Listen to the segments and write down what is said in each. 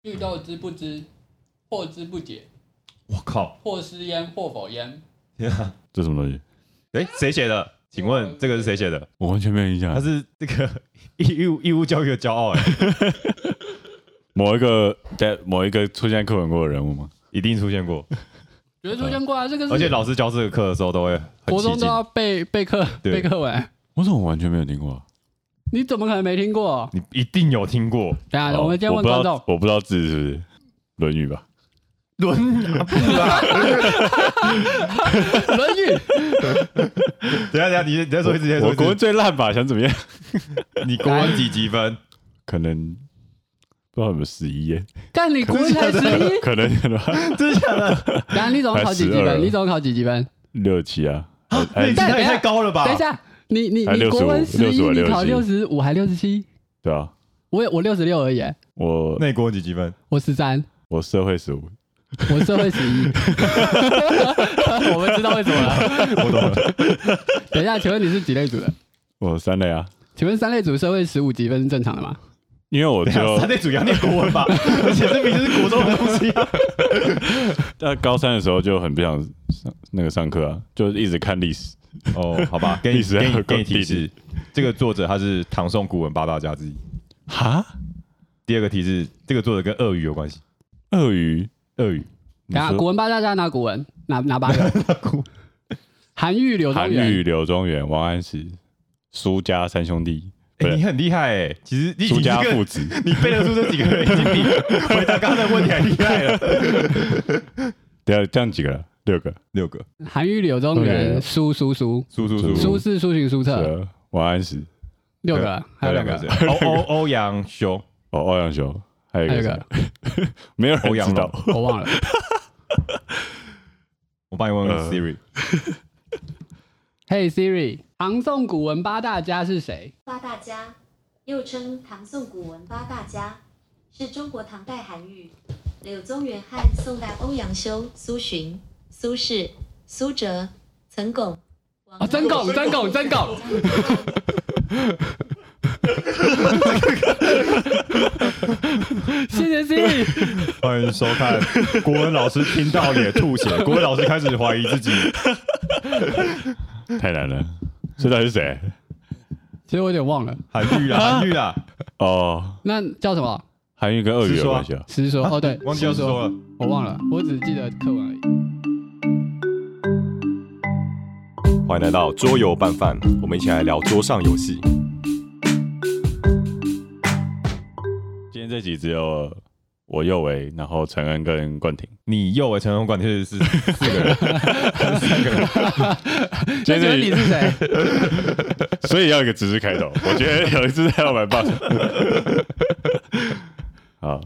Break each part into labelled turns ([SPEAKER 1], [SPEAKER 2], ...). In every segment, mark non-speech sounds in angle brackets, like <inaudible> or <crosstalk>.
[SPEAKER 1] 绿豆知不知，或知不解，
[SPEAKER 2] 我靠，
[SPEAKER 1] 或是焉，或否焉。
[SPEAKER 2] 天啊！
[SPEAKER 3] 这什么东西？
[SPEAKER 2] 哎，谁写的？请问这个是谁写的？
[SPEAKER 3] 我完全没有印象
[SPEAKER 2] 他。是这个 <laughs> 义务义务教育的骄傲哎、
[SPEAKER 3] 某一个在某一个出现在课本过的人物吗？
[SPEAKER 2] 一定出现过，
[SPEAKER 1] 觉得出现过啊，这个
[SPEAKER 2] 而且
[SPEAKER 1] 是
[SPEAKER 2] 老师教这个课的时候都会很
[SPEAKER 1] 国
[SPEAKER 2] 起
[SPEAKER 1] 中都
[SPEAKER 2] 劲。
[SPEAKER 1] 要背背课
[SPEAKER 2] 对
[SPEAKER 1] 背课文，
[SPEAKER 3] 我怎么完全没有听过啊？
[SPEAKER 1] 你怎么可能没听过？
[SPEAKER 2] 你一定有听过《
[SPEAKER 1] 等一下，
[SPEAKER 3] 哦
[SPEAKER 1] 我们今天问
[SPEAKER 3] 不知
[SPEAKER 1] 观
[SPEAKER 3] 道
[SPEAKER 1] 众，
[SPEAKER 3] 我不知道字是不是《论语》吧？
[SPEAKER 2] 论语》啊？
[SPEAKER 1] 《论语》
[SPEAKER 2] <laughs> 等一下等一下，你你再说一次，你再说
[SPEAKER 3] 我
[SPEAKER 2] 一次
[SPEAKER 3] 国文最烂吧？想怎么样？
[SPEAKER 2] 你国文几几分？
[SPEAKER 3] 可能不知道有没有十一耶？
[SPEAKER 1] 干你国文 <laughs> 才十一，
[SPEAKER 3] 可能有吧？
[SPEAKER 1] <laughs>
[SPEAKER 2] 真的假的？
[SPEAKER 1] 等一下你总共考几级
[SPEAKER 3] 还12
[SPEAKER 1] 分？你总共考几级分？
[SPEAKER 3] 六七啊？
[SPEAKER 2] 那你
[SPEAKER 3] 哎，
[SPEAKER 2] 期待也太高了吧？
[SPEAKER 1] 等一下，你你
[SPEAKER 3] 还
[SPEAKER 1] 你国文
[SPEAKER 3] 65
[SPEAKER 1] 十一，
[SPEAKER 3] 65
[SPEAKER 1] 你考六
[SPEAKER 3] 67
[SPEAKER 1] 十五还六十七？
[SPEAKER 3] 对啊，
[SPEAKER 1] 我也我六十六而已，
[SPEAKER 3] 我
[SPEAKER 2] 那你国文几几分？
[SPEAKER 1] 我十三，
[SPEAKER 3] 我社会十五，
[SPEAKER 1] 我社会十一。 <laughs> 我们知道为什么了。
[SPEAKER 2] 我懂了。 <laughs>
[SPEAKER 1] 等一下，请问你是几类组的？
[SPEAKER 3] 我三类啊，
[SPEAKER 1] 请问三类组社会十五几分是正常的吗？
[SPEAKER 3] 因为我
[SPEAKER 2] 等一下 <laughs>
[SPEAKER 3] 就
[SPEAKER 2] 三类主要念国文 <laughs> 吧，而且这明明就是国中的东西啊。
[SPEAKER 3] 在呃高三的时候就很不想上那个上课啊，就一直看历史。
[SPEAKER 2] 哦，好吧，给你
[SPEAKER 3] 历史
[SPEAKER 2] 给
[SPEAKER 3] 还
[SPEAKER 2] 你
[SPEAKER 3] 有
[SPEAKER 2] 给你
[SPEAKER 3] 够
[SPEAKER 2] 提
[SPEAKER 3] 地
[SPEAKER 2] 示，这个作者他是唐宋古文八大家之一。
[SPEAKER 3] 哈，
[SPEAKER 2] 第二个提示，这个作者跟鳄鱼有关系。
[SPEAKER 3] 鳄鱼，
[SPEAKER 2] 鳄鱼，
[SPEAKER 3] 你
[SPEAKER 1] 等一下，古
[SPEAKER 3] 说
[SPEAKER 1] 文八大家拿古文，哪哪八个？韩愈、柳宗
[SPEAKER 3] 韩
[SPEAKER 1] 元、
[SPEAKER 3] 愈、柳宗元、王安石、苏家三兄弟，
[SPEAKER 2] <laughs> 哎、
[SPEAKER 3] 对
[SPEAKER 2] 你很厉害哎、其实你
[SPEAKER 3] 苏家
[SPEAKER 2] 你这个
[SPEAKER 3] 父子。
[SPEAKER 2] 你背得出这几个人，已经比回答刚才问题还厉害了。
[SPEAKER 4] <laughs>
[SPEAKER 3] 对啊，这样几个了？六个。
[SPEAKER 2] 六个，
[SPEAKER 1] 韩愈、柳宗元、
[SPEAKER 3] 对
[SPEAKER 1] 苏苏苏
[SPEAKER 2] 苏苏
[SPEAKER 1] 苏
[SPEAKER 3] 苏
[SPEAKER 1] 轼、苏洵、苏
[SPEAKER 2] 呃
[SPEAKER 3] 对
[SPEAKER 1] 辙，
[SPEAKER 3] 啊，王安石，
[SPEAKER 1] 六个，还有两个，
[SPEAKER 2] 是
[SPEAKER 4] <laughs>
[SPEAKER 2] 欧欧欧阳修，
[SPEAKER 3] 哦，欧阳修，还有一
[SPEAKER 1] 还有
[SPEAKER 3] 个
[SPEAKER 1] 一
[SPEAKER 3] 是
[SPEAKER 1] 个，
[SPEAKER 3] 没有人
[SPEAKER 2] 欧阳
[SPEAKER 3] 知道。
[SPEAKER 1] 我忘了。
[SPEAKER 2] 我帮你问问
[SPEAKER 3] 呃
[SPEAKER 2] Siri，、
[SPEAKER 1] Hey Siri，唐宋古文八大家是谁？
[SPEAKER 5] 八大家，又称唐宋古文八大家，是中国唐代韩愈、柳宗元和宋代欧阳修、苏洵、苏轼、苏辙、岑巩。
[SPEAKER 1] 啊，曾巩，曾巩，曾巩，谢谢 Siri。
[SPEAKER 2] 欢迎收看。国文老师听到也吐血，国文老师开始怀疑自己。
[SPEAKER 3] <laughs> 太难了，这到底是谁？
[SPEAKER 1] <laughs> 其实我有点忘了，
[SPEAKER 2] 韩愈啦，
[SPEAKER 1] 啊
[SPEAKER 2] 韩愈啦，
[SPEAKER 3] 哦，
[SPEAKER 1] 那叫什么？
[SPEAKER 3] 韩愈跟鳄鱼
[SPEAKER 2] 是
[SPEAKER 3] 有
[SPEAKER 2] 说啊
[SPEAKER 3] 关系啊？
[SPEAKER 1] 实说哦，对，
[SPEAKER 2] 忘记要
[SPEAKER 1] 实
[SPEAKER 2] 说了。
[SPEAKER 1] 我忘了，我只记得课文而已。
[SPEAKER 4] 欢迎来到桌游拌饭，我们一起来聊桌上游戏。
[SPEAKER 3] 今天这集只有我右为，然后陈恩跟冠廷。 <laughs>
[SPEAKER 2] 你右为成功管是是四个人，三个人。
[SPEAKER 1] 那请问你是谁？
[SPEAKER 3] 所以要有一个知识开
[SPEAKER 2] <laughs>
[SPEAKER 3] 头，我觉得有一次还要蛮棒的。 <laughs> 好，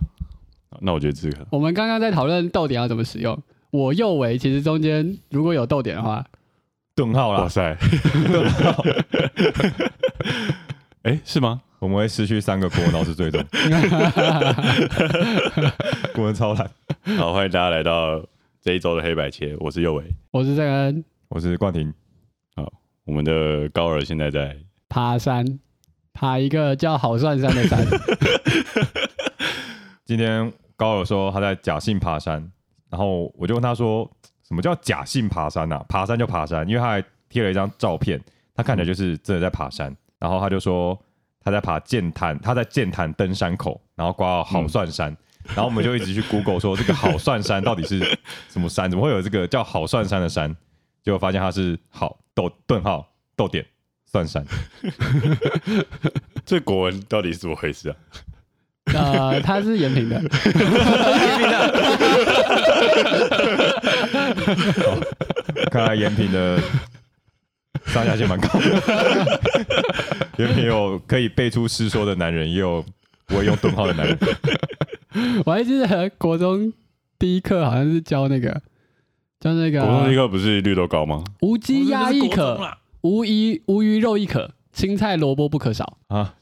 [SPEAKER 3] 那我觉得知识开头
[SPEAKER 1] 我们刚刚在讨论逗点要怎么使用。我右为其实中间如果有逗点的话，
[SPEAKER 2] 顿号
[SPEAKER 3] 哇
[SPEAKER 4] <laughs>
[SPEAKER 2] 啦，
[SPEAKER 3] 塞，
[SPEAKER 2] 顿号，
[SPEAKER 1] <laughs>
[SPEAKER 3] 哎，是吗？
[SPEAKER 2] 我们会失去三个国文老师最终。国文超烂，
[SPEAKER 3] 好，欢迎大家来到这一周的黑白切，我是右为。
[SPEAKER 1] <laughs> 我是这个人
[SPEAKER 2] 我是冠廷。
[SPEAKER 3] 我们的高尔现在在
[SPEAKER 1] 爬山，爬一个叫好算山的山。
[SPEAKER 3] <laughs>
[SPEAKER 2] 今天高尔说他在假性爬山，然后我就问他说，什么叫假性爬山啊？爬山就爬山，因为他还贴了一张照片，他看起来就是真的在爬山。然后他就说他在爬剑潭，他在剑潭登山口，然后挂到好算山。然后我们就一直去 Google 说这个好算山到底是什么山？怎么会有这个叫好算山的山？结果发现它是好逗顿号逗点算山。
[SPEAKER 3] 这国文到底是怎么回事啊？
[SPEAKER 1] 呃，它是延平的，
[SPEAKER 2] 看来延平的上下限蛮高的。 <laughs> 延平有可以背出诗说的男人，也有不会用顿号的男人。
[SPEAKER 1] <laughs> 我还记得国中第一课好像是教那个，教那
[SPEAKER 3] 国中一
[SPEAKER 1] 个
[SPEAKER 3] 个不是绿豆糕吗？
[SPEAKER 1] 无鸡鸭亦
[SPEAKER 3] 啊
[SPEAKER 1] 可，无鱼无鱼肉亦可，青菜萝卜不可少。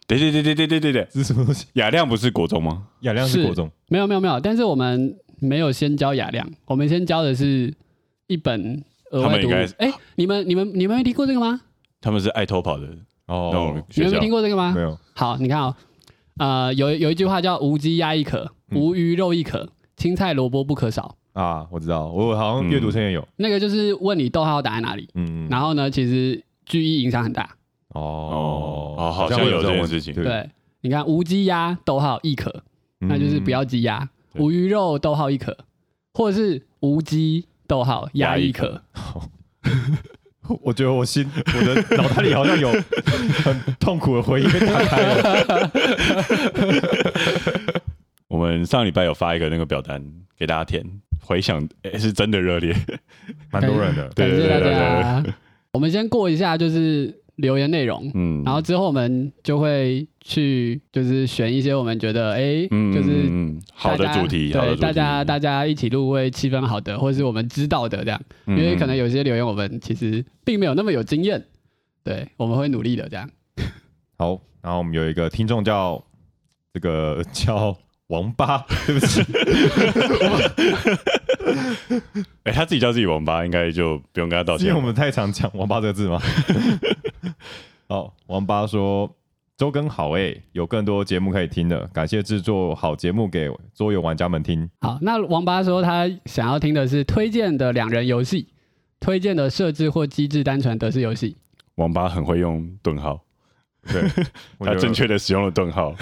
[SPEAKER 3] 对对对对对对对对，
[SPEAKER 2] 这啊是什么东西？
[SPEAKER 3] 雅亮不是国中吗？
[SPEAKER 2] 雅亮是
[SPEAKER 1] 是
[SPEAKER 2] 国中，
[SPEAKER 1] 没有没有没有，但是我们没有先教雅量，我们先教的是一本额
[SPEAKER 3] 他
[SPEAKER 1] 外
[SPEAKER 3] 们
[SPEAKER 1] 读
[SPEAKER 3] 应
[SPEAKER 1] 物
[SPEAKER 3] 该。
[SPEAKER 1] 哎、你们你们你们没听过这个吗？
[SPEAKER 3] 他们是爱偷跑的那
[SPEAKER 2] 哦
[SPEAKER 3] 种，
[SPEAKER 1] 你
[SPEAKER 3] 学
[SPEAKER 1] 们没
[SPEAKER 3] 校
[SPEAKER 1] 听。过这个吗
[SPEAKER 2] 没？有，
[SPEAKER 1] 好，你看哦，呃，有有一句话叫“无鸡鸭亦可”，
[SPEAKER 3] 嗯
[SPEAKER 1] 无鱼肉亦可，青菜萝卜不可少。
[SPEAKER 2] 啊，我知道，我好像阅读生也有，
[SPEAKER 1] 那个就是问你逗号打在哪里，
[SPEAKER 2] 嗯，
[SPEAKER 1] 然后呢，其实句意影响很大。
[SPEAKER 2] 哦
[SPEAKER 3] 哦好像
[SPEAKER 2] 会
[SPEAKER 3] 有
[SPEAKER 2] 种
[SPEAKER 3] 这件
[SPEAKER 2] 问题
[SPEAKER 3] 事情
[SPEAKER 2] 对，
[SPEAKER 1] 对，你看无鸡鸭逗号亦可，
[SPEAKER 2] 嗯
[SPEAKER 1] 那就是不要鸡鸭；
[SPEAKER 3] 嗯对
[SPEAKER 1] 无鱼肉逗号亦可，或者是无鸡逗号鸭亦可。
[SPEAKER 2] 我觉得我心我的脑袋里好像有 <laughs> 很痛苦的回忆被打开
[SPEAKER 1] <laughs>
[SPEAKER 2] 了，
[SPEAKER 3] 我们上礼拜有发一个那个表单给大家填，回想诶是真的
[SPEAKER 1] <laughs>
[SPEAKER 3] 热烈，
[SPEAKER 2] 蛮多人的，
[SPEAKER 1] 感谢
[SPEAKER 3] 对
[SPEAKER 1] 大
[SPEAKER 3] 对对
[SPEAKER 1] 家。我们先过一下就是留言内容，
[SPEAKER 3] 嗯，
[SPEAKER 1] 然后之后我们就会去就是选一些我们觉得哎、
[SPEAKER 3] 嗯
[SPEAKER 1] 就是
[SPEAKER 3] 嗯嗯好的
[SPEAKER 1] 大家
[SPEAKER 3] 主题，好的
[SPEAKER 1] 对
[SPEAKER 3] 主题，嗯
[SPEAKER 1] 大家大家一起入会气氛好的，或者是我们知道的这样，因
[SPEAKER 3] 嗯
[SPEAKER 1] 为可能有些留言我们其实并没有那么有经验，对，我们会努力的这样。
[SPEAKER 2] 好，然后我们有一个听众叫这个 <laughs> 叫王八，对不起， <laughs>
[SPEAKER 3] 哎、他自己叫自己王八，应该就不用跟他道
[SPEAKER 2] 因
[SPEAKER 3] 歉
[SPEAKER 2] 为
[SPEAKER 3] 了。
[SPEAKER 2] 我们太常讲“王八”这个 <laughs> 字吗？哦，王八说：“周更好诶、有更多节目可以听了，感谢制作好节目给桌游玩家们听。
[SPEAKER 1] 好，那王八说他想要听的是推荐的两人游戏，推荐的设置或机制单纯的是游戏。
[SPEAKER 3] 王八很会用顿号，
[SPEAKER 2] 我觉
[SPEAKER 3] 他
[SPEAKER 2] 得
[SPEAKER 3] 正确的使用了顿号，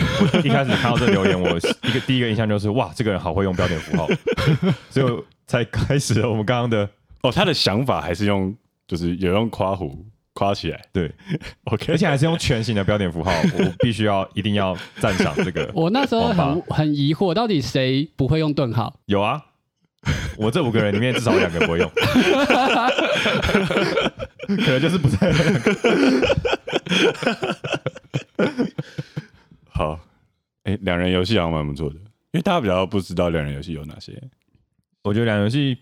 [SPEAKER 2] 一开始看到这留言， <laughs> 我一个第一个印象就是哇，这个人好会用标点符号， <laughs> 所以我才开始了我们刚刚的。
[SPEAKER 3] 哦，他的想法还是用，就是有用夸胡夸起来，
[SPEAKER 2] 对
[SPEAKER 3] <laughs> ，OK，
[SPEAKER 2] 而且还是用全形的标点符号，我必须要一定要赞赏这个。
[SPEAKER 1] 我那时候
[SPEAKER 2] 王
[SPEAKER 1] 很很疑惑，到底谁不会用顿号？
[SPEAKER 2] 有啊，我这五个人里面至少有两个 <laughs> 不会用，可能就是不在
[SPEAKER 3] 好，哎、两人游戏好像蛮不错的，因为大家比较不知道两人游戏有哪些，
[SPEAKER 2] 我觉得两人游戏，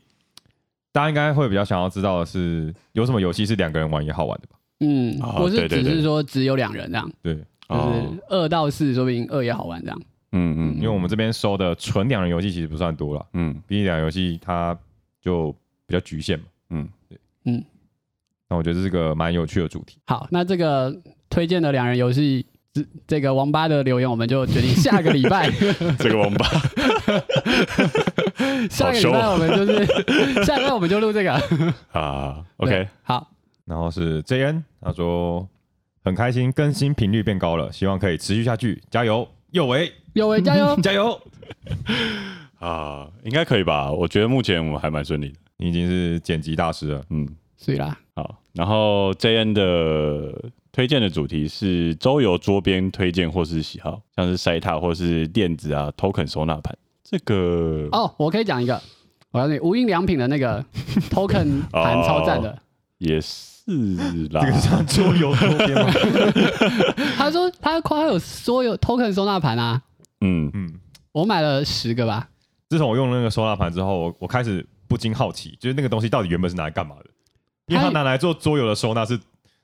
[SPEAKER 2] 大家应该会比较想要知道的是，有什么游戏是两个人玩也好玩的吧？
[SPEAKER 1] 嗯，
[SPEAKER 3] 啊
[SPEAKER 1] 我是
[SPEAKER 3] 对对
[SPEAKER 1] 只
[SPEAKER 3] 对
[SPEAKER 1] 是说只有两人这样，
[SPEAKER 2] 对，
[SPEAKER 1] 就
[SPEAKER 3] 哦
[SPEAKER 1] 是，二到四，说不定二也好玩这样。
[SPEAKER 3] 嗯嗯，
[SPEAKER 2] 因为我们这边收的纯两人游戏其实不算多了，
[SPEAKER 3] 嗯
[SPEAKER 2] 毕竟两人游戏它就比较局限嘛。
[SPEAKER 3] 嗯，
[SPEAKER 2] 对，
[SPEAKER 1] 嗯。
[SPEAKER 2] 那我觉得这是个蛮有趣的主题。
[SPEAKER 1] 好，那这个推荐的两人游戏，这这个王八的留言，我们就决定下个礼拜，
[SPEAKER 3] 这个王八 <laughs>
[SPEAKER 1] 下个礼拜我们就是 <laughs> 下个礼拜我们就录这个。
[SPEAKER 3] 啊，OK，
[SPEAKER 1] 对好，
[SPEAKER 2] 然后是 J N，他说很开心更新频率变高了，希望可以持续下去，加油！右维，
[SPEAKER 1] 有为加
[SPEAKER 2] <laughs>
[SPEAKER 1] 油！
[SPEAKER 2] 加油！
[SPEAKER 3] 啊，应该可以吧？我觉得目前我们还蛮顺利的，
[SPEAKER 2] 你已经是剪辑大师了，
[SPEAKER 3] 嗯，
[SPEAKER 1] 所以啦，
[SPEAKER 3] 好，然后 JN 的推荐的主题是周游桌边推荐或是喜好，像是塞塔或是垫子啊、token 收纳盘，这个
[SPEAKER 1] 哦，我可以讲一个，我告诉你，无印良品的那个 token 盘超赞的。
[SPEAKER 3] 也是啦
[SPEAKER 2] 这个，像 <laughs> 桌游周边吗？
[SPEAKER 1] 他说他夸有所有 token 收纳盘啊，
[SPEAKER 3] 嗯，
[SPEAKER 2] <laughs> 嗯，
[SPEAKER 1] 我买了十个吧。
[SPEAKER 2] 自从我用了那个收纳盘之后，我我开始不禁好奇，就是那个东西到底原本是拿来干嘛的？因为它拿来做桌游的收纳是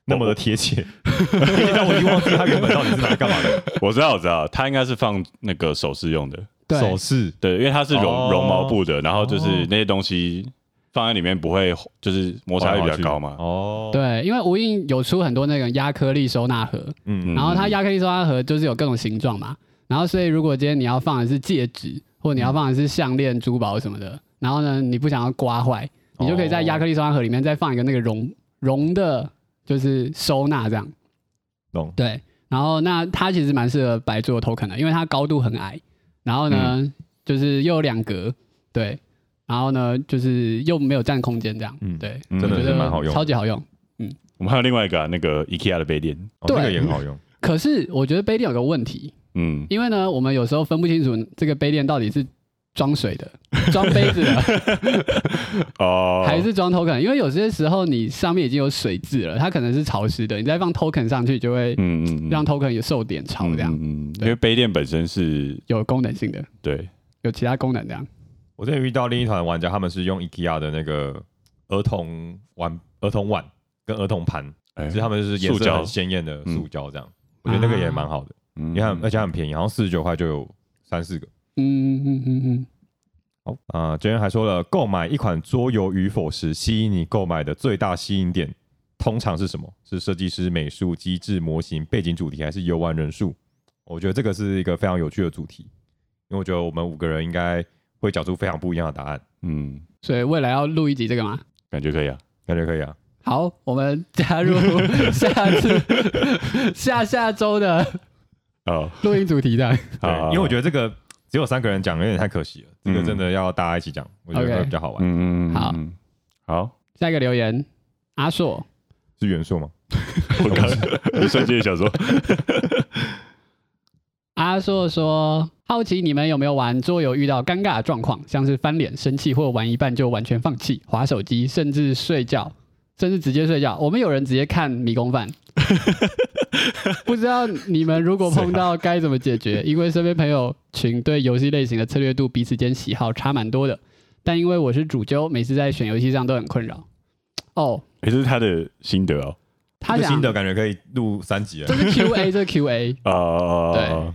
[SPEAKER 2] 那么的贴切， <laughs> 而且让我已经忘记它原本到底是拿来干嘛 <laughs> 的。
[SPEAKER 3] 我知道，我知道，它应该是放那个首饰用的，
[SPEAKER 1] 对，
[SPEAKER 2] 首饰
[SPEAKER 3] 对，因为它是绒
[SPEAKER 2] 哦
[SPEAKER 3] 绒毛布的，然后就
[SPEAKER 2] 哦
[SPEAKER 3] 是那些东西放在里面不会，就是摩擦力比较高嘛，
[SPEAKER 2] 哦，，
[SPEAKER 1] 对，因为无印有出很多那个压颗粒收纳盒，
[SPEAKER 2] 嗯
[SPEAKER 1] 然后它亚克力收纳盒就是有各种形状嘛，然后所以如果今天你要放的是戒指，或者你要放的是项链、珠宝什么的，然后呢你不想要刮坏，你就可
[SPEAKER 2] 哦
[SPEAKER 1] 以在亚克力收纳盒里面再放一个那个绒绒的，就是收纳这样。
[SPEAKER 2] 懂
[SPEAKER 1] 对，然后那它其实蛮适合白做 token 的，因为它高度很矮，然后呢、
[SPEAKER 2] 嗯
[SPEAKER 1] 就是又有两格，对，然后呢就是又没有占空间这样，
[SPEAKER 2] 嗯
[SPEAKER 1] 对，
[SPEAKER 3] 嗯
[SPEAKER 2] 真
[SPEAKER 1] 我
[SPEAKER 2] 的
[SPEAKER 1] 觉
[SPEAKER 2] 是
[SPEAKER 1] 得
[SPEAKER 2] 蛮好用的
[SPEAKER 1] 超级好用。
[SPEAKER 3] 我们还有另外一个、啊、那个 IKEA 的杯垫，
[SPEAKER 2] 哦，这个
[SPEAKER 1] 对
[SPEAKER 2] 也很好用。
[SPEAKER 1] 可是我觉得杯垫有个问题，
[SPEAKER 3] 嗯，
[SPEAKER 1] 因为呢，我们有时候分不清楚这个杯垫到底是装水
[SPEAKER 3] <laughs>
[SPEAKER 1] 的、装杯子的，
[SPEAKER 3] 哦，
[SPEAKER 1] 还是装 token。因为有些时候你上面已经有水渍了，它可能是潮湿的，你再放 token 上去就会
[SPEAKER 3] 嗯嗯嗯
[SPEAKER 1] 让 token 有受点潮，这样、
[SPEAKER 3] 嗯，嗯嗯因
[SPEAKER 1] 对
[SPEAKER 3] 为杯垫本身是
[SPEAKER 1] 有功能性的，
[SPEAKER 3] 对，
[SPEAKER 1] 有其他功能这样。
[SPEAKER 2] 我之前遇到另一团玩家，他们是用 IKEA 的那个儿童碗、儿童碗跟儿童盘，
[SPEAKER 3] 哎
[SPEAKER 2] 其实他们就是颜
[SPEAKER 3] 塑
[SPEAKER 2] 色
[SPEAKER 3] 胶
[SPEAKER 2] 很鲜艳的塑胶这样。
[SPEAKER 1] 嗯
[SPEAKER 2] 我觉得那个也蛮好的，
[SPEAKER 3] 嗯
[SPEAKER 2] 因为它而且它很便宜，好像四十九块就有三四个。
[SPEAKER 1] 嗯嗯嗯嗯，
[SPEAKER 2] 好啊，呃杰、恩还说了，购买一款桌游与否时，吸引你购买的最大吸引点通常是什么？是设计师、美术、机制、模型、背景主题，还是游玩人数？我觉得这个是一个非常有趣的主题，因为我觉得我们五个人应该会讲出非常不一样的答案，
[SPEAKER 3] 嗯，
[SPEAKER 1] 所以未来要录一集这个吗？
[SPEAKER 3] 感觉可以啊。
[SPEAKER 2] 感觉可以啊。
[SPEAKER 1] 好，我们加入下次
[SPEAKER 3] <laughs>
[SPEAKER 1] 下下周的
[SPEAKER 3] 哦，
[SPEAKER 1] 录音主题的。
[SPEAKER 2] 对，
[SPEAKER 3] 好
[SPEAKER 2] 因为我觉得这个只有三个人讲有点太可惜了，这个
[SPEAKER 3] 嗯
[SPEAKER 2] 真的要大家一起讲，我觉得
[SPEAKER 1] OK
[SPEAKER 2] 会比较好玩。
[SPEAKER 3] 嗯嗯嗯，
[SPEAKER 1] 好
[SPEAKER 3] 嗯，好，
[SPEAKER 1] 下一个留言，阿硕，
[SPEAKER 2] 是元素吗？
[SPEAKER 3] <laughs> 我
[SPEAKER 2] <laughs>
[SPEAKER 3] 刚一瞬间也想说，
[SPEAKER 1] 阿硕说：“好奇你们有没有玩桌游遇到尴尬的状况，像是翻脸、生气，或玩一半就完全放弃、划手机，甚至睡觉，甚至直接睡觉？我们有人直接看迷宫饭， <laughs> 不知道你们如果碰到该怎么解决？因为身边朋友群对游戏类型的策略度彼此间喜好差蛮多的，但因为我是主揪，每次在选游戏上都很困扰。哦，
[SPEAKER 3] 也是他的心得哦。
[SPEAKER 1] 他
[SPEAKER 2] 这
[SPEAKER 1] 讲
[SPEAKER 2] 新的感觉可以录三集
[SPEAKER 1] 这
[SPEAKER 2] 了。
[SPEAKER 1] 是 Q A，这是 Q A。”
[SPEAKER 3] 啊，
[SPEAKER 1] 对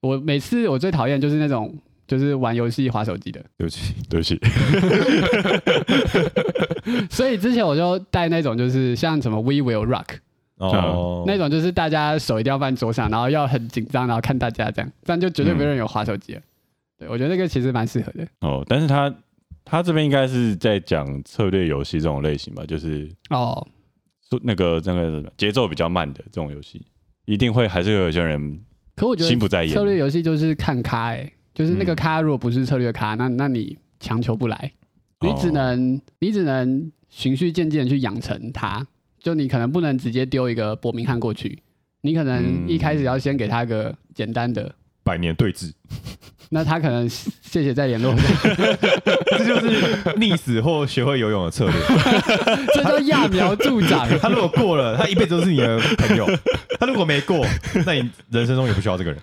[SPEAKER 1] 我每次我最讨厌就是那种就是玩游戏划手机的，
[SPEAKER 2] 对不起，
[SPEAKER 3] 对不起，
[SPEAKER 1] 所以之前我就带那种就是像什么 We Will Rock、
[SPEAKER 2] 哦，
[SPEAKER 1] 那种，就是大家手一定要放桌上，然后要很紧张，然后看大家这样，这样就绝对没有人有划手机了。对，我觉得那个其实蛮适合的。
[SPEAKER 3] 哦，但是他他这边应该是在讲策略游戏这种类型吧，就是
[SPEAKER 1] 哦，
[SPEAKER 3] 说那个那个什么节奏比较慢的这种游戏，一定会还是会有些人
[SPEAKER 1] 可我觉
[SPEAKER 3] 心
[SPEAKER 1] 得
[SPEAKER 3] 不在焉。
[SPEAKER 1] 策略游戏就是看咖哎、就是那个咖如果不是策略咖，那那你强求不来，你只能、你只能循序渐进的去养成它。就你可能不能直接丢一个伯明翰过去，你可能
[SPEAKER 3] 嗯
[SPEAKER 1] 一开始要先给他个简单的，
[SPEAKER 2] 百年对峙，
[SPEAKER 1] 那他可能谢谢再联络，
[SPEAKER 2] <laughs> 这就是溺死或学会游泳的策略。
[SPEAKER 1] <laughs> 这叫揠苗助长。 <laughs>
[SPEAKER 2] 他如果过了，他一辈子都是你的朋友；他如果没过，那你人生中也不需要这个人。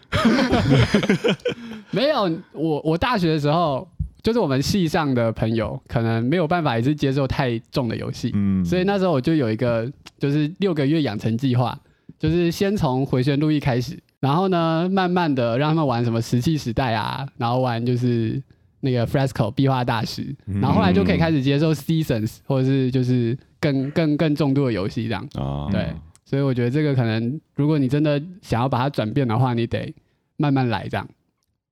[SPEAKER 1] 没有，我我大学的时候，就是我们系上的朋友，可能没有办法一次接受太重的游戏，
[SPEAKER 2] 嗯，
[SPEAKER 1] 所以那时候我就有一个就是六个月养成计划，就是先从回旋路一开始，然后呢，慢慢的让他们玩什么石器时代啊，然后玩就是那个 fresco 壁画大师，然后后来就可以开始接受 seasons 或者是就是更更更重度的游戏这样。
[SPEAKER 3] 啊，
[SPEAKER 1] 对，所以我觉得这个可能，如果你真的想要把它转变的话，你得慢慢来，这样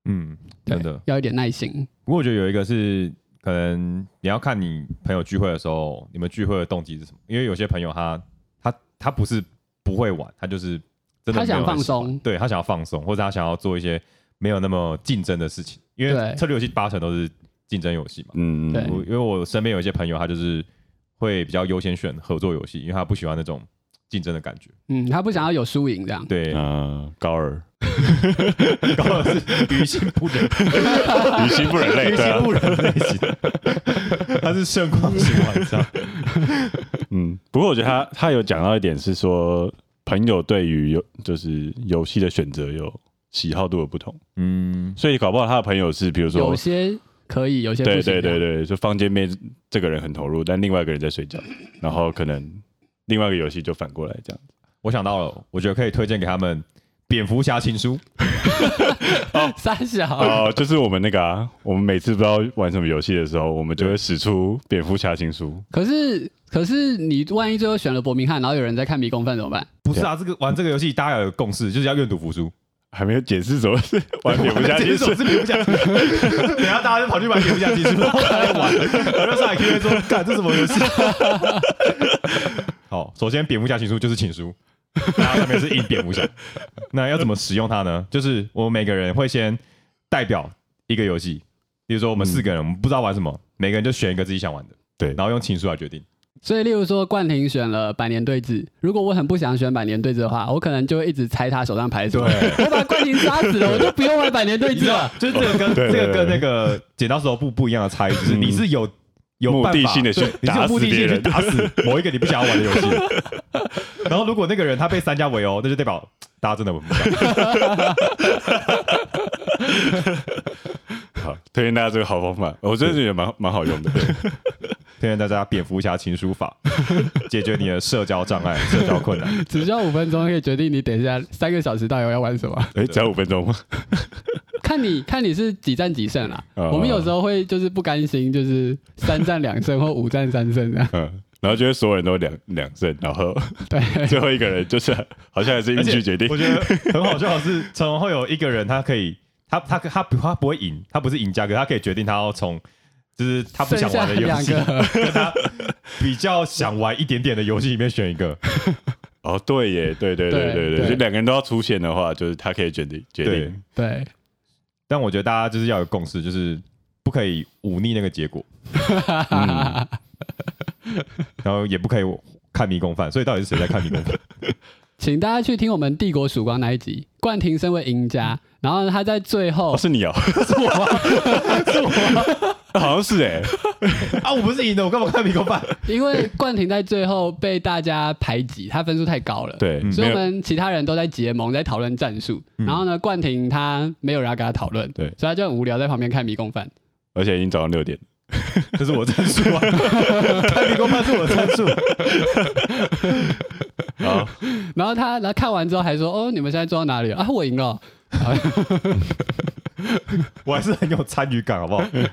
[SPEAKER 2] 嗯，
[SPEAKER 1] 对
[SPEAKER 2] 真的。
[SPEAKER 1] 要一点耐心。
[SPEAKER 2] 不过我觉得有一个是，可能你要看你朋友聚会的时候，你们聚会的动机是什么？因为有些朋友他他他不是不会玩，他就是真的
[SPEAKER 1] 他想
[SPEAKER 2] 没有很喜欢
[SPEAKER 1] 放松
[SPEAKER 2] 对他想要放松，或者他想要做一些没有那么竞争的事情。因为
[SPEAKER 1] 对
[SPEAKER 2] 策略游戏八成都是竞争游戏嘛。
[SPEAKER 3] 嗯，
[SPEAKER 1] 对
[SPEAKER 2] 我因为我身边有一些朋友，他就是会比较优先选合作游戏，因为他不喜欢那种竞争的感觉。
[SPEAKER 1] 嗯，他不想要有输赢这样。
[SPEAKER 2] 对，
[SPEAKER 3] 啊，高二
[SPEAKER 2] 搞的是于心不忍，
[SPEAKER 3] 于心不忍泪，
[SPEAKER 2] 于
[SPEAKER 3] 对
[SPEAKER 2] 心
[SPEAKER 3] 啊，
[SPEAKER 2] 不忍类型，他是盛况型玩家。
[SPEAKER 3] 嗯，不过我觉得他他有讲到一点是说，朋友对于游就是游戏的选择有喜好度的不同，
[SPEAKER 2] 嗯，
[SPEAKER 3] 所以搞不好他的朋友是比如
[SPEAKER 1] 有
[SPEAKER 3] 说，
[SPEAKER 1] 些可以，有些不
[SPEAKER 3] 对
[SPEAKER 1] 行。
[SPEAKER 3] 对对
[SPEAKER 1] 对，
[SPEAKER 3] 对，就方间面这个人很投入，但另外一个人在睡觉，然后可能另外一个游戏就反过来
[SPEAKER 1] <laughs>
[SPEAKER 3] 这样。
[SPEAKER 2] 我想到了，我觉得可以推荐给他们《蝙蝠侠情书》，
[SPEAKER 1] <laughs> 三小
[SPEAKER 3] 哦，就是我们那个啊，我们每次不知道玩什么游戏的时候，我们就会使出蝙蝠侠情书。
[SPEAKER 1] 可是可是你万一最后选了伯明翰，然后有人在看迷宫饭怎么办？
[SPEAKER 2] 不是啊，这个玩这个游戏大家要有共识，就是要愿赌服输。
[SPEAKER 3] 还没有解释什么是玩蝙蝠侠
[SPEAKER 2] 这
[SPEAKER 1] <laughs>
[SPEAKER 3] 情
[SPEAKER 2] 种
[SPEAKER 3] 书，
[SPEAKER 2] 是蝙蝠侠， <laughs> 等一下大家就跑去买蝙蝠侠情 <laughs> 书，然后大家玩，然后就上来 Q A 说：“ <laughs> 干这什么游戏？”好，首先蝙蝠侠情书就是情书，然后上面是印蝙蝠 <laughs> 侠。那要怎么使用它呢？就是我们每个人会先代表一个游戏，比如说我们四个人，我们不知道玩什么，每个人就选一个自己想玩的，
[SPEAKER 3] 对
[SPEAKER 2] 然后用情书来决定。
[SPEAKER 1] 所以，例如说冠廷选了百年对峙，如果我很不想选百年对峙的话，我可能就会一直猜他手上牌是什么。 <laughs> 我把冠廷杀死了，我就不用玩百年
[SPEAKER 2] <laughs>
[SPEAKER 1] 对峙 <laughs> 了。
[SPEAKER 2] 就是这个跟这
[SPEAKER 3] 对对
[SPEAKER 2] 个跟
[SPEAKER 3] 对嗯
[SPEAKER 2] 那个剪刀石头布不一样的差异，就是你是有有办法
[SPEAKER 3] 目的性地去
[SPEAKER 2] 对你是有
[SPEAKER 3] 打死
[SPEAKER 2] 目的
[SPEAKER 3] 别
[SPEAKER 2] 性去
[SPEAKER 3] 人
[SPEAKER 2] 打死某一个你不想要玩的游
[SPEAKER 3] <laughs>
[SPEAKER 2] 戏。然后如果那个人他被三家围殴，那就代表大家真的玩不上。
[SPEAKER 3] 好，推荐大家这个好方法，我真的觉得蛮蛮好用
[SPEAKER 1] <laughs>
[SPEAKER 3] 的。
[SPEAKER 2] 推荐大家蝙蝠侠情书法，解决你的社交障碍、社交困
[SPEAKER 3] <laughs>
[SPEAKER 2] 难。
[SPEAKER 1] 只需要五分钟可以决定你等一下三个小时到底要玩什么。
[SPEAKER 3] 哎，只要五分钟吗？
[SPEAKER 1] 看你看你是几战几胜啦。
[SPEAKER 3] 哦
[SPEAKER 1] 我们有时候会就是不甘心，就是三战两胜或五战三胜这样。
[SPEAKER 3] 嗯，然后觉得所有人都两两胜，然后
[SPEAKER 1] <laughs> 对，
[SPEAKER 3] 最后一个人就是好像还是运气决定
[SPEAKER 2] 我。觉得很好笑的是，常常会有一个人他可以他他他不他不会赢，他不是赢家，可是他可以决定他要从就是他不想玩的
[SPEAKER 1] 剩
[SPEAKER 2] 游
[SPEAKER 1] 下
[SPEAKER 2] 戏
[SPEAKER 1] 两，
[SPEAKER 2] 跟他比较想玩一点点的游戏里面选一个。
[SPEAKER 3] 哦，对耶，对对对
[SPEAKER 1] 对
[SPEAKER 3] 对对，
[SPEAKER 1] 对
[SPEAKER 3] 就两个人都要出现的话，就是他可以决定决
[SPEAKER 2] 对
[SPEAKER 3] 定。，
[SPEAKER 1] 对，
[SPEAKER 2] 但我觉得大家就是要有共识，就是不可以忤逆那个结
[SPEAKER 3] <laughs>
[SPEAKER 2] 果，
[SPEAKER 3] 嗯，
[SPEAKER 2] 然后也不可以看迷宫饭。所以到底是谁在看迷宫饭？
[SPEAKER 1] 请大家去听我们《帝国曙光》那一集，冠廷身为赢家，然后他在最后
[SPEAKER 3] 哦，是你哦，
[SPEAKER 2] <laughs> 是我吗？ <laughs> 是我吗？
[SPEAKER 3] <laughs> 好像是哎，
[SPEAKER 2] 啊，我不是赢的，我干嘛看迷宫 <laughs> 饭？
[SPEAKER 1] 因为冠廷在最后被大家排挤，他分数太高了，，
[SPEAKER 3] 对，
[SPEAKER 2] 嗯
[SPEAKER 1] 所以
[SPEAKER 3] 没
[SPEAKER 1] 我
[SPEAKER 3] 有嗯
[SPEAKER 1] 们其他人都在结盟，在讨论战术。然后呢，冠廷他没有人要跟他讨论，
[SPEAKER 3] 对
[SPEAKER 1] 所以他就很无聊，在旁边看迷宫饭。
[SPEAKER 3] 而且已经早上六点了，
[SPEAKER 2] 这是我战术啊！
[SPEAKER 3] <laughs>
[SPEAKER 2] 看迷宫饭是我的战术。
[SPEAKER 1] 然后他，然后看完之后还说：“哦，你们现在做到哪里了？啊，我赢了。
[SPEAKER 2] <laughs> 我还是很有参与感，好不好？
[SPEAKER 3] 嗯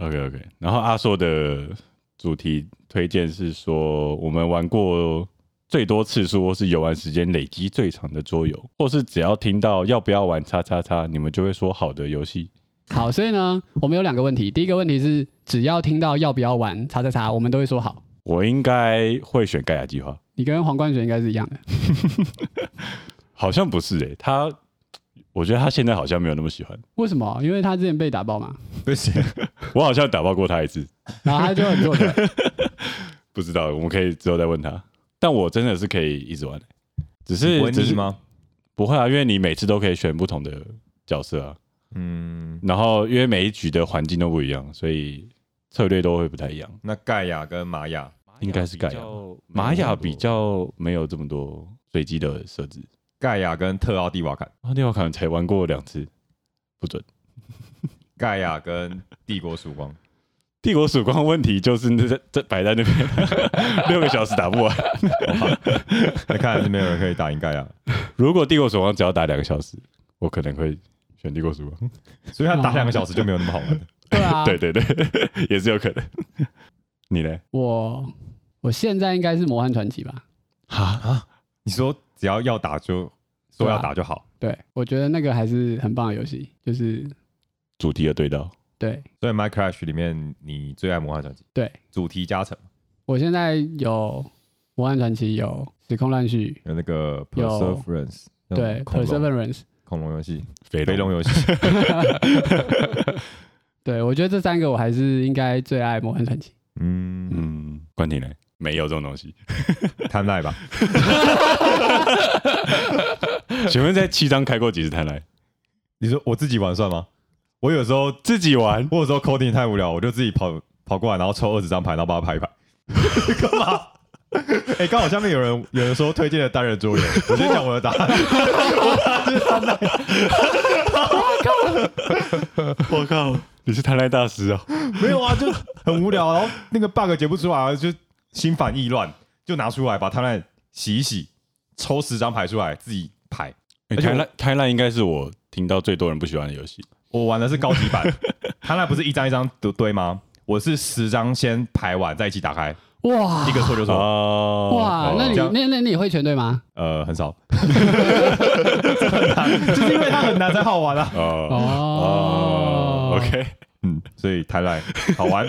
[SPEAKER 3] OK OK，然后阿硕的主题推荐是说，我们玩过最多次数或是游玩时间累积最长的桌游，或是只要听到要不要玩叉叉叉，你们就会说好的游戏。”
[SPEAKER 1] 好，所以呢，我们有两个问题。第一个问题是，只要听到要不要玩查查查，我们都会说好。
[SPEAKER 3] 我应该会选盖亚计划，
[SPEAKER 1] 你跟黄冠璇应该是一样的。
[SPEAKER 3] 好像不是诶、欸他我觉得他现在好像没有那么喜欢，
[SPEAKER 1] 为什么？因为他之前被打爆嘛，
[SPEAKER 2] 不
[SPEAKER 3] <laughs>
[SPEAKER 2] 行，
[SPEAKER 3] 我好像打爆过他一次，
[SPEAKER 1] 然后他就很弱的。
[SPEAKER 3] 不知道，我们可以之后再问他。但我真的是可以一直玩、欸只
[SPEAKER 2] 你不
[SPEAKER 3] 是
[SPEAKER 2] 会
[SPEAKER 3] 只
[SPEAKER 2] 腻
[SPEAKER 3] 是
[SPEAKER 2] 吗？
[SPEAKER 3] 不会啊，因为你每次都可以选不同的角色啊。
[SPEAKER 2] 嗯，
[SPEAKER 3] 然后因为每一局的环境都不一样，所以策略都会不太一样。
[SPEAKER 2] 那盖亚跟玛雅，
[SPEAKER 3] 应该是盖亚，玛雅比较没有这么多随机的设置。
[SPEAKER 2] 盖亚跟特奥蒂瓦坎，
[SPEAKER 3] 啊，那我可能才玩过两次，不准。
[SPEAKER 2] 盖亚跟帝国曙
[SPEAKER 3] <laughs>
[SPEAKER 2] 光，
[SPEAKER 3] 帝国曙光问题就是那在在摆在那边， <laughs> 六个小时打不完。
[SPEAKER 2] 那哎看来是没有人可以打赢盖亚，
[SPEAKER 3] 如果帝国曙光只要打两个小时，我可能会选帝国曙光。
[SPEAKER 2] 所以他打两个小时就没有那么好
[SPEAKER 3] <laughs>
[SPEAKER 2] 玩了。
[SPEAKER 1] 对啊，
[SPEAKER 3] 对对对， <laughs> 也是有可能。你呢？
[SPEAKER 1] 我我现在应该是魔幻传奇吧？
[SPEAKER 2] 你说只要要打就说要打就好，
[SPEAKER 1] 对，我觉得那个还是很棒的游戏，就是
[SPEAKER 3] 主题的对到，
[SPEAKER 1] 对
[SPEAKER 2] 所以 My Crash 里面你最爱魔幻传奇，
[SPEAKER 1] 对。
[SPEAKER 2] 主题加成
[SPEAKER 1] 我现在有魔幻传奇，有时空乱序，
[SPEAKER 2] 有那个
[SPEAKER 1] 有
[SPEAKER 2] Perseverance，那种
[SPEAKER 1] 对
[SPEAKER 2] 恐龙
[SPEAKER 1] ，Perseverance，
[SPEAKER 2] 恐龙游戏，
[SPEAKER 3] 飞
[SPEAKER 2] 飞龙
[SPEAKER 1] <laughs>
[SPEAKER 2] 游戏，
[SPEAKER 1] 对我觉得这三个我还是应该最爱魔幻传奇。
[SPEAKER 2] 嗯，
[SPEAKER 3] 嗯，关婷呢？没有这种东西。
[SPEAKER 2] 贪婪吧，
[SPEAKER 3] 请问在七张开过几次贪来？
[SPEAKER 2] 你说我自己玩算吗？我有时候
[SPEAKER 3] 自己玩，
[SPEAKER 2] 我有时候 coding 太无聊，我就自己跑跑过来，然后抽二十张牌，然后帮他排一排。 <laughs> 干嘛？ <laughs> 哎、刚好下面有人有人说推荐的单人桌游，我先讲我的答案。
[SPEAKER 3] 我靠，你是贪婪大师啊！
[SPEAKER 2] 没有啊，就很无聊，然后那个 bug 解不出来，啊就心烦意乱，就拿出来把它来洗一洗，抽十张牌出来自己排。而
[SPEAKER 3] 欸、
[SPEAKER 2] 且
[SPEAKER 3] 贪
[SPEAKER 2] 我
[SPEAKER 3] 婪贪婪应该是我听到最多人不喜欢的游戏。
[SPEAKER 2] 我玩的是高级版， <laughs> 它那不是一张一张堆堆吗？我是十张先排完，再一起打开，
[SPEAKER 1] 哇
[SPEAKER 2] 一个错就错。
[SPEAKER 3] 哦
[SPEAKER 1] 哇，那你
[SPEAKER 2] 这样
[SPEAKER 1] 那那你会全对吗？
[SPEAKER 2] 呃，很少，啊这很难，就是因为它很难才好玩啊。
[SPEAKER 3] 哦
[SPEAKER 1] 哦
[SPEAKER 3] 哦，OK，
[SPEAKER 2] <laughs> 嗯，所以台来好玩，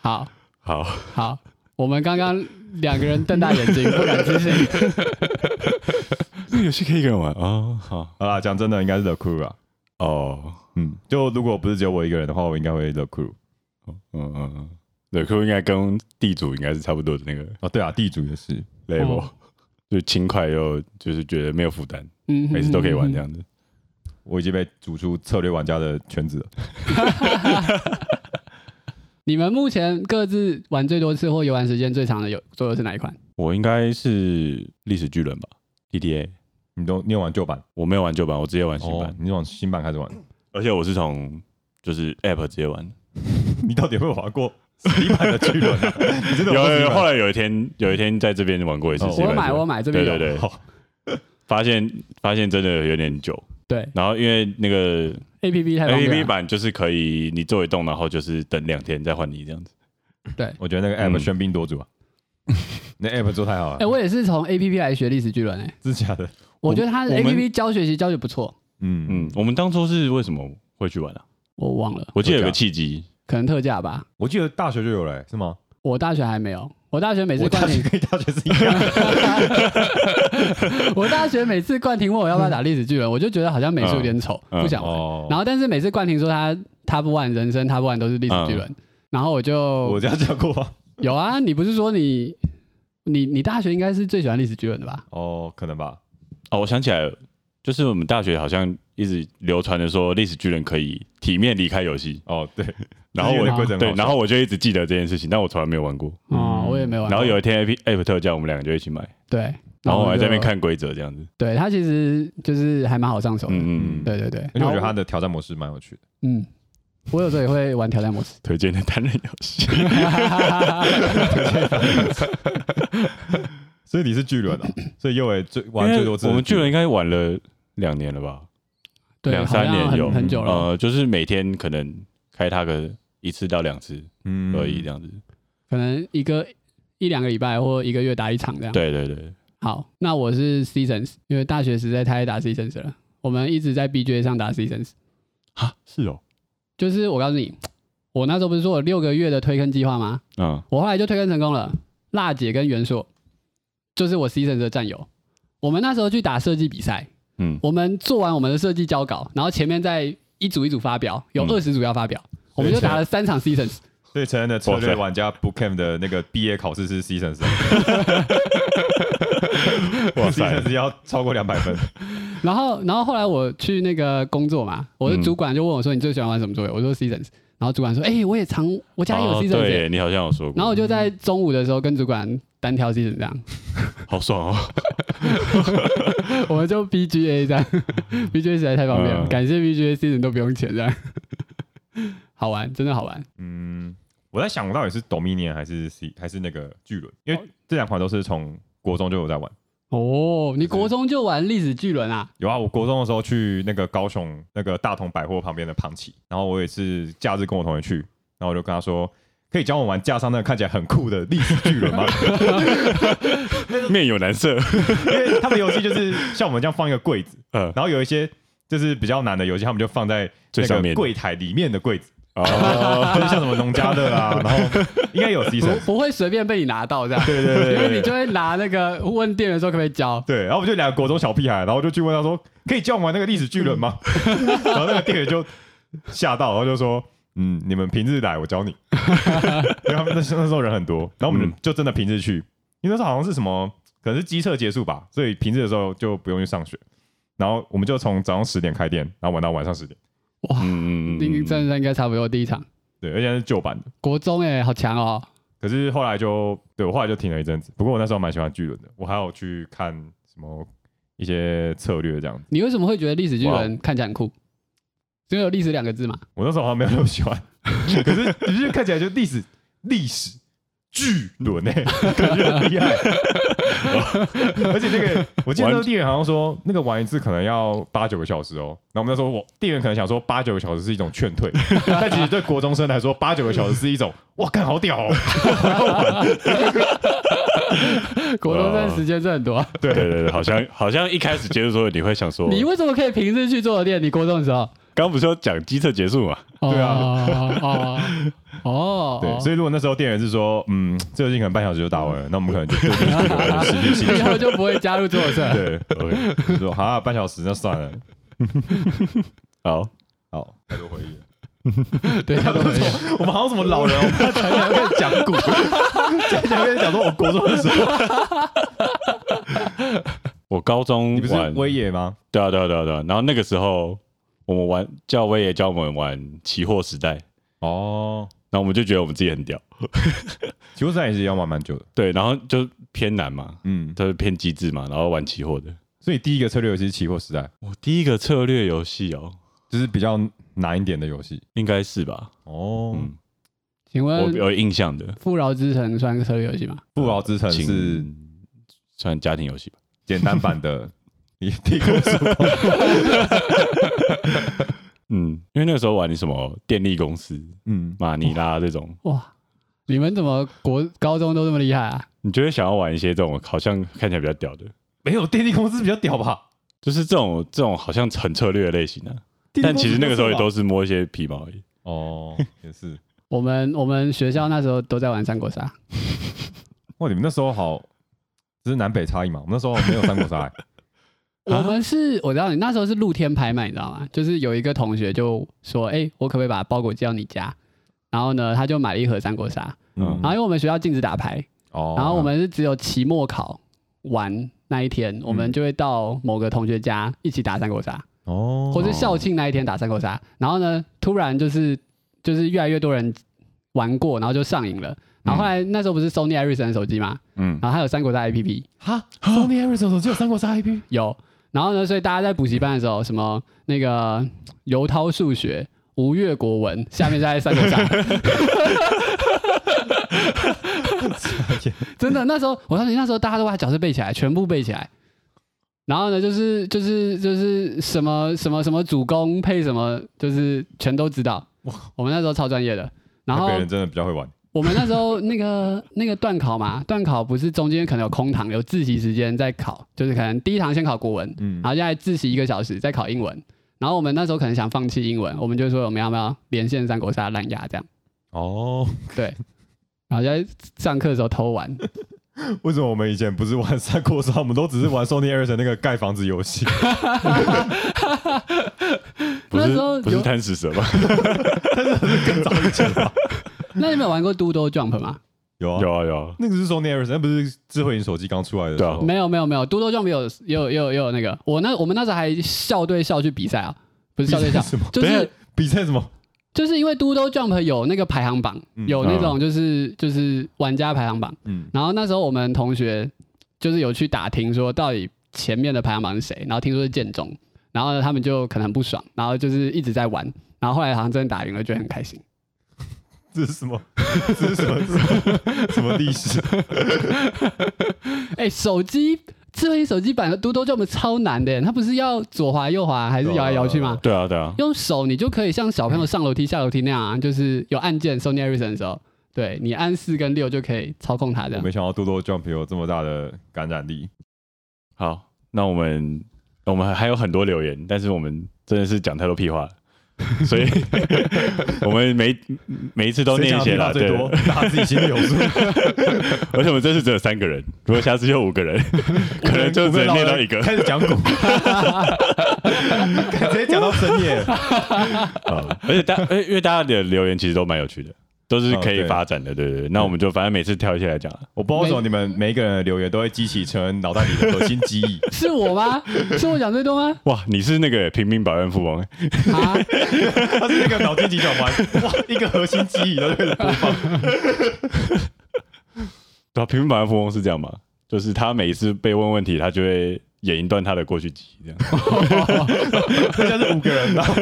[SPEAKER 1] 好
[SPEAKER 3] 好，
[SPEAKER 1] 好，我们刚刚两个人瞪大眼睛，不敢置信。
[SPEAKER 3] <laughs> 那游戏可以一个人玩哦，好
[SPEAKER 2] 好啦，讲真的，应该是 The Crew 啊。
[SPEAKER 3] 哦，
[SPEAKER 2] 嗯，就如果不是只有我一个人的话，我应该会 The Crew。
[SPEAKER 3] 嗯嗯嗯，对，可应该跟地主应该是差不多的那个
[SPEAKER 2] 哦，对啊，地主也是。
[SPEAKER 3] level，、
[SPEAKER 1] 哦
[SPEAKER 3] 就轻快又就是觉得没有负担，
[SPEAKER 1] 嗯，
[SPEAKER 3] 每次都可以玩这样子。
[SPEAKER 2] 我已经被逐出策略玩家的圈子了。
[SPEAKER 1] 你们目前各自玩最多次或游玩时间最长的游桌游是哪一款？
[SPEAKER 3] 我应该是历史巨人吧，DDA，
[SPEAKER 2] 你都你有玩旧版、
[SPEAKER 3] 我没有玩旧版，我直接玩新版，
[SPEAKER 2] 你是往新版开始玩？
[SPEAKER 3] 哦
[SPEAKER 2] <laughs>
[SPEAKER 3] 而且我是从就是 App 直接玩。
[SPEAKER 2] 你到底有没有玩过 <laughs> 底版的巨轮、啊？ <laughs> 你真的
[SPEAKER 3] 有
[SPEAKER 2] 玩过
[SPEAKER 3] 有
[SPEAKER 2] 实体
[SPEAKER 3] 有，
[SPEAKER 2] 版
[SPEAKER 3] 后来有一天有一天在这边玩过一次
[SPEAKER 2] 哦
[SPEAKER 3] 西
[SPEAKER 1] 我
[SPEAKER 3] 班牙
[SPEAKER 1] 有买，
[SPEAKER 3] 版
[SPEAKER 1] 我有买这边
[SPEAKER 3] 对
[SPEAKER 1] 有
[SPEAKER 3] 对对
[SPEAKER 2] 好，
[SPEAKER 3] 发现发现真的有点久。
[SPEAKER 1] 对
[SPEAKER 3] 然后因为那个
[SPEAKER 1] A P P 太
[SPEAKER 3] A
[SPEAKER 1] 方
[SPEAKER 3] P P
[SPEAKER 1] 便了，
[SPEAKER 3] 版就是可以你做一动，然后就是等两天再换你这样子。
[SPEAKER 1] 对。
[SPEAKER 2] 我觉得那个 app
[SPEAKER 3] 嗯
[SPEAKER 2] 喧宾夺主啊， <laughs> 那 app 做太
[SPEAKER 1] 哎
[SPEAKER 2] 好嗯嗯，
[SPEAKER 3] 嗯，我们当初是为什么会去玩啊？
[SPEAKER 1] 我忘了，
[SPEAKER 3] 我记得有个契机，
[SPEAKER 1] 可能特价吧。
[SPEAKER 2] 我记得大学就有了、欸，是吗？
[SPEAKER 1] 我大学还没有，我大学每次
[SPEAKER 2] 我大
[SPEAKER 1] 冠
[SPEAKER 2] 学
[SPEAKER 1] 廷，
[SPEAKER 2] 跟你大学是一样的，
[SPEAKER 1] 我大学每次冠廷问我要不要打历史巨人，我就觉得好像美术有点丑，
[SPEAKER 3] 嗯
[SPEAKER 1] 不想玩。
[SPEAKER 2] 哦
[SPEAKER 1] 然后但是每次冠廷说他 top one 人生 top one 都是历史巨
[SPEAKER 3] 嗯
[SPEAKER 1] 人，然后我
[SPEAKER 2] 我
[SPEAKER 1] 就
[SPEAKER 2] 这样讲过吗？
[SPEAKER 1] 有啊，你不是说你你你大学应该是最喜欢历史巨人的吧？
[SPEAKER 2] 哦，可能吧。
[SPEAKER 3] 哦，我想起来了，就是我们大学好像一直流传着说历史巨人可以体面离开游戏，
[SPEAKER 2] 哦， <laughs> 对，
[SPEAKER 3] 然后
[SPEAKER 2] 这是因
[SPEAKER 3] 我
[SPEAKER 2] 为那规则很
[SPEAKER 3] 对
[SPEAKER 2] 好，笑
[SPEAKER 3] 然后我就一直记得这件事情，但我从来没有玩过。
[SPEAKER 1] 哦，我也没玩过。
[SPEAKER 3] 嗯然后有一天 A P App 特价，我们两个就一起买，
[SPEAKER 1] 对，
[SPEAKER 3] 然后我还
[SPEAKER 1] 就哦
[SPEAKER 3] 在那边，看规则这样子。
[SPEAKER 1] 对他其实就是还蛮好上手的。
[SPEAKER 3] 嗯嗯，嗯，
[SPEAKER 1] 对对对，
[SPEAKER 2] 而且我觉得
[SPEAKER 1] 然后
[SPEAKER 2] 他的挑战模式蛮有趣的。
[SPEAKER 1] 嗯，我有时候也会玩挑战
[SPEAKER 3] <laughs>
[SPEAKER 1] 模式。
[SPEAKER 3] 推荐的单人游戏。
[SPEAKER 2] 所以你是巨人啊，所以右伟最玩
[SPEAKER 3] 因为
[SPEAKER 2] 最多次，
[SPEAKER 3] 我们巨人应该玩了两年了吧？
[SPEAKER 1] 对，
[SPEAKER 3] 两三
[SPEAKER 1] 好像
[SPEAKER 3] 年
[SPEAKER 1] 很
[SPEAKER 3] 有
[SPEAKER 1] 很久了，
[SPEAKER 3] 呃，就是每天可能开它个一次到两次
[SPEAKER 2] 嗯
[SPEAKER 3] 而已这样子。
[SPEAKER 1] 可能一个一两个礼拜或一个月打一场这样。
[SPEAKER 3] 对对对，
[SPEAKER 1] 好，那我是 seasons，因为大学实在太爱打 seasons 了，我们一直在 BJ 上打 seasons。啊
[SPEAKER 3] 哈，是哦，
[SPEAKER 1] 就是我告诉你，我那时候不是说我六个月的推坑计划吗？
[SPEAKER 3] 嗯，
[SPEAKER 1] 我后来就推坑成功了。辣姐跟袁硕就是我 seasons 的战友。我们那时候去打设计比赛，
[SPEAKER 3] 嗯
[SPEAKER 1] 我们做完我们的设计交稿，然后前面再一组一组发表，有
[SPEAKER 3] 嗯
[SPEAKER 1] 二十组要发表，我们就打了三场 seasons。
[SPEAKER 2] 所以承认的策略
[SPEAKER 3] 哇塞
[SPEAKER 2] 玩家 Bootcamp 的那个毕业考试是 season <laughs> 三
[SPEAKER 3] 哇
[SPEAKER 2] ，season
[SPEAKER 3] 塞，
[SPEAKER 2] 是要超过两百分。
[SPEAKER 1] 然后，然后后来我去那个工作嘛，我
[SPEAKER 3] 嗯
[SPEAKER 1] 的主管就问我说：“你最喜欢玩什么桌游？”我说：“Seasons。”然后主管说：“哎、我也常我家里有
[SPEAKER 3] 哦
[SPEAKER 1] Seasons、
[SPEAKER 3] 对
[SPEAKER 1] 欸。
[SPEAKER 3] 耶，你好像有说过，
[SPEAKER 1] 然后我就在中午的时候跟主管单挑 Seasons 这样，
[SPEAKER 3] 好爽哦，
[SPEAKER 1] <laughs> 我们就 BGA 这样
[SPEAKER 2] 嗯
[SPEAKER 1] ，BGA 实在太方便了，
[SPEAKER 3] 嗯
[SPEAKER 1] 感谢 BGA Seasons 都不用钱这样， <laughs> 好玩，真的好玩。
[SPEAKER 2] 嗯，我在想我到底是 Dominion 还是 C 还是那个巨轮，因
[SPEAKER 1] 哦
[SPEAKER 2] 为这两款都是从国中就有在玩。
[SPEAKER 1] 哦，你国中就玩历史巨轮啊？
[SPEAKER 2] 有啊，我国中的时候去那个高雄那个大同百货旁边的胖崎，然后我也是假日跟我同学去，然后我就跟他说，可以教我玩架上那个看起来很酷的历史巨轮吗？
[SPEAKER 3] 面有难
[SPEAKER 1] <laughs>
[SPEAKER 3] 色，
[SPEAKER 2] 因为他们游戏就是像我们这样放一个柜子，
[SPEAKER 3] 嗯，
[SPEAKER 2] 然后有一些就是比较难的游戏，他们就放在
[SPEAKER 3] 最
[SPEAKER 2] 那
[SPEAKER 3] 上
[SPEAKER 2] 个
[SPEAKER 3] 面
[SPEAKER 2] 柜台里面的柜子，
[SPEAKER 3] 哦，
[SPEAKER 2] 就是像什么农家乐啊，然后应该有
[SPEAKER 1] 不
[SPEAKER 2] season，
[SPEAKER 1] 不会随便被你拿到这样，
[SPEAKER 2] 对对对
[SPEAKER 1] 因为
[SPEAKER 2] 对
[SPEAKER 1] 你就会拿那个问店员说可不可以教，
[SPEAKER 2] 对，然后我们就两个国中小屁孩，然后我就去问他说：“可以叫我玩那个历史巨人吗？” <laughs> 然后那个店员就吓到，然后就说：“嗯，你们平日来，我教你。” <laughs> 因为他们那时候那时候人很多，然后我们
[SPEAKER 3] 嗯
[SPEAKER 2] 就真的平日去，因为那时候好像是什么，可能是机测结束吧，所以平日的时候就不用去上学。然后我们就从早上十点开店，然后玩到晚上十点，
[SPEAKER 3] 嗯嗯嗯
[SPEAKER 1] 应该真的应该差不多第一场。
[SPEAKER 2] 对，而且是旧版的。
[SPEAKER 1] 国中哎、好强哦！
[SPEAKER 2] 可是后来就对我后来就停了一阵子，不过我那时候蛮喜欢巨人的，我还有去看什么一些策略这样子。
[SPEAKER 1] 你为什么会觉得历史巨人看起来很酷？只有历史两个字
[SPEAKER 2] <laughs>
[SPEAKER 1] 嘛？
[SPEAKER 2] 我那时候好像没有那么喜欢，可是你就是看起来就历史历史巨轮哎、感觉很厉害。而且那个，我记得那时候店员好像说，那个玩一次可能要八九个小时哦。然后我们那时候我店员可能想说八九个小时是一种劝退，但其实对国中生来说，八九个小时是一种哇，干好屌哦。
[SPEAKER 1] 国中生时间真的很多。啊
[SPEAKER 3] 对对对，好像好像一开始接触的时候你会想说，
[SPEAKER 1] <laughs> 你为什么可以平日去做店？你国中的时候？
[SPEAKER 3] 刚不是有讲机测结束嘛？
[SPEAKER 1] 对
[SPEAKER 2] 对啊
[SPEAKER 1] 哦哦哦，
[SPEAKER 2] 对，所以如果那时候店员是说，嗯，这游戏可能半小时就打完了，那我们可能就对历史巨轮失
[SPEAKER 1] <laughs>
[SPEAKER 2] 去
[SPEAKER 1] 以
[SPEAKER 2] 兴
[SPEAKER 1] 以
[SPEAKER 2] 趣。
[SPEAKER 1] 后就不会加入做社。
[SPEAKER 2] 对，我说好、啊，半小时那算了，
[SPEAKER 3] 好，
[SPEAKER 2] 好，太多回忆了。
[SPEAKER 1] 对，他都没有
[SPEAKER 2] <laughs> 我们好像什么老人，我们讲起来开始讲 <laughs> 古，讲起来开始讲说，我国中的 <laughs> 时候，
[SPEAKER 3] 我高中
[SPEAKER 2] 你不是
[SPEAKER 3] 玩
[SPEAKER 2] 威爷吗？
[SPEAKER 3] 对啊，对啊，对啊，对啊。然后那个时候，我们玩教威也教我们玩《期货时代》，
[SPEAKER 2] 哦，
[SPEAKER 3] 然后我们就觉得我们自己很屌，
[SPEAKER 2] 其实也是要玩蛮久的，
[SPEAKER 3] 对，然后就偏难嘛，
[SPEAKER 2] 嗯，
[SPEAKER 3] 就是偏机智嘛，然后玩期货的。
[SPEAKER 2] 所以第一个策略游戏是期货时代，
[SPEAKER 3] 我第一个策略游戏哦，
[SPEAKER 2] 就是比较难一点的游戏。
[SPEAKER 3] 应该是吧？
[SPEAKER 2] 哦，
[SPEAKER 3] 嗯，
[SPEAKER 1] 请
[SPEAKER 3] 我
[SPEAKER 1] 问
[SPEAKER 3] 有印象的，
[SPEAKER 1] 富饶之城算个策略游戏吗？
[SPEAKER 2] 富饶之城是
[SPEAKER 3] 请算家庭游戏吧。
[SPEAKER 2] 简单版 <laughs> 的你帝国主义，
[SPEAKER 3] 嗯，因为那个时候玩你什么电力公司、
[SPEAKER 2] 嗯，
[SPEAKER 3] 马尼拉这
[SPEAKER 2] 哦
[SPEAKER 3] 种，
[SPEAKER 1] 哇，你们怎么国高中都这么厉害啊？
[SPEAKER 3] 你就会想要玩一些这种好像看起来比较屌的。
[SPEAKER 2] 没有电力公司比较屌吧？
[SPEAKER 3] 就是这种这种好像很策略的类型啊。
[SPEAKER 1] 地理
[SPEAKER 3] 但
[SPEAKER 1] 波
[SPEAKER 3] 其
[SPEAKER 1] 图
[SPEAKER 3] 实那个时候
[SPEAKER 1] 是
[SPEAKER 3] 也
[SPEAKER 1] 吧
[SPEAKER 3] 都是摸一些皮毛而已。
[SPEAKER 2] <laughs> 哦，也是。
[SPEAKER 1] 我们我们学校那时候都在玩三国杀，
[SPEAKER 2] 哇，你们那时候好，只是南北差异嘛。我们那时候没有三国杀、欸，
[SPEAKER 1] 我们是我知道你那时候是露天拍卖，你知道吗？就是有一个同学就说：“哎、我可不可以把包裹寄到你家？”然后呢，他就买了一盒三国杀。
[SPEAKER 3] 嗯
[SPEAKER 1] 然后因为我们学校禁止打牌，
[SPEAKER 2] <laughs> 哦，
[SPEAKER 1] 然后我们是只有期末考完那一天，我们就会到某个同学家一起打三国杀，
[SPEAKER 2] 哦，
[SPEAKER 1] 或是校庆那一天打三国杀。然后呢，突然就是就是越来越多人玩过，然后就上瘾了。然后后来那时候不是 Sony Ericsson 的手机吗？
[SPEAKER 3] 嗯，
[SPEAKER 1] 然后还有三国杀 APP，
[SPEAKER 2] 哈，Sony Ericsson 手机有三国杀 IP，
[SPEAKER 1] 有。然后呢，所以大家在补习班的时候，什么那个刘涛数学、吴越国文，下面在三国杀。真的，那时候我告诉你，那时候大家都把角色背起来，全部背起来。然后呢，就是就是就是什么什么什么主攻配什么，就是全都知道。我们那时候超专业的。然后
[SPEAKER 2] 台北人真的比较会玩。
[SPEAKER 1] 我们那时候那个 <laughs> 那个段考嘛，段考不是中间可能有空堂，有自习时间在考，就是可能第一堂先考国文，
[SPEAKER 2] 嗯
[SPEAKER 1] 然后现在自习一个小时再考英文。然后我们那时候可能想放弃英文，我们就说我们要不要连线三国杀烂牙这样，
[SPEAKER 2] 哦，
[SPEAKER 1] 对。然后就在上课的时候偷玩，
[SPEAKER 2] <laughs> 为什么我们以前不是玩三国杀，我们都只是玩 Sony Ericsson 那个盖房子游
[SPEAKER 3] <laughs>
[SPEAKER 2] 戏？
[SPEAKER 3] 不
[SPEAKER 1] 那
[SPEAKER 3] 是
[SPEAKER 1] 时候
[SPEAKER 3] 不是
[SPEAKER 1] 有
[SPEAKER 3] 贪食蛇吧？
[SPEAKER 1] 那你们有玩过 Doodle Jump 吗？
[SPEAKER 2] 有啊，
[SPEAKER 3] 有啊有啊，
[SPEAKER 2] 那个是 Sony Ericsson，那不是智慧型手机刚出来的时
[SPEAKER 3] 对啊
[SPEAKER 2] 候。
[SPEAKER 1] 没有没有没有，Doodle Jump 有也有也有也有那个，我那我们那时候还校对校去比赛啊，不是校对校
[SPEAKER 2] 比赛什 <laughs> 么，
[SPEAKER 1] 就
[SPEAKER 3] 等一
[SPEAKER 1] 是
[SPEAKER 3] 下
[SPEAKER 2] 比赛什么？
[SPEAKER 1] 就是因为 Doodle Jump 有那个排行榜，
[SPEAKER 2] 嗯
[SPEAKER 1] 有那种就是就是玩家排行榜，
[SPEAKER 2] 嗯，
[SPEAKER 1] 然后那时候我们同学就是有去打听说到底前面的排行榜是谁，然后听说是建中，然后呢他们就可能很不爽，然后就是一直在玩，然后后来好像真的打赢了，就很开心。
[SPEAKER 2] 这是什么？ <laughs> 这是什么？什么什么历史？
[SPEAKER 1] <laughs> 哎、手机智慧型手机版的 Doodle Jump 超难的耶，它不是要左滑右滑还是摇来摇去吗？
[SPEAKER 3] 对啊对啊，
[SPEAKER 1] 用手你就可以像小朋友上楼梯、下楼梯那样啊，就是有按键 Sony Ericsson 的时候，对你按四跟六就可以操控它这
[SPEAKER 2] 我
[SPEAKER 1] 样。
[SPEAKER 2] 没想到多多 Jump 有这么大的感染力。
[SPEAKER 3] 好，那我们我们还有很多留言，但是我们真的是讲太多屁话了，
[SPEAKER 2] <laughs>
[SPEAKER 3] 所以我们每每一次都
[SPEAKER 2] 谁
[SPEAKER 3] 念
[SPEAKER 2] 讲的屁
[SPEAKER 3] 一些
[SPEAKER 2] 话
[SPEAKER 3] 啦，
[SPEAKER 2] 最
[SPEAKER 3] 对，
[SPEAKER 2] 多，大家自己心里有数。
[SPEAKER 3] 而且我们这次只有三个人，如果下次又五个人， <laughs> 可能就只能念到一
[SPEAKER 2] <laughs>
[SPEAKER 3] 个
[SPEAKER 2] 开始讲古，
[SPEAKER 1] <laughs>
[SPEAKER 2] 直接讲到深夜。
[SPEAKER 3] 啊。而且大，而且因为大家的留言其实都蛮有趣的，都
[SPEAKER 2] 哦
[SPEAKER 3] 是可以发展的，对对对。那我们就反正每次挑一些来讲啊了。
[SPEAKER 2] 我不知道为什么你们每一个人的留言都会激起成人脑袋里的核心记 <laughs> 忆。
[SPEAKER 1] 是我吗？是我讲最多吗？
[SPEAKER 3] 哇，你是那个平民百万富翁，欸
[SPEAKER 1] 啊，
[SPEAKER 2] 他是那个脑筋急转弯，哇，一个核心记忆，然后 <laughs> 就开始播放。
[SPEAKER 3] 对啊，平民百万富翁是这样吗？就是他每一次被问问题，他就会演一段他的过去记忆，这样。
[SPEAKER 2] 这像是五个人，然后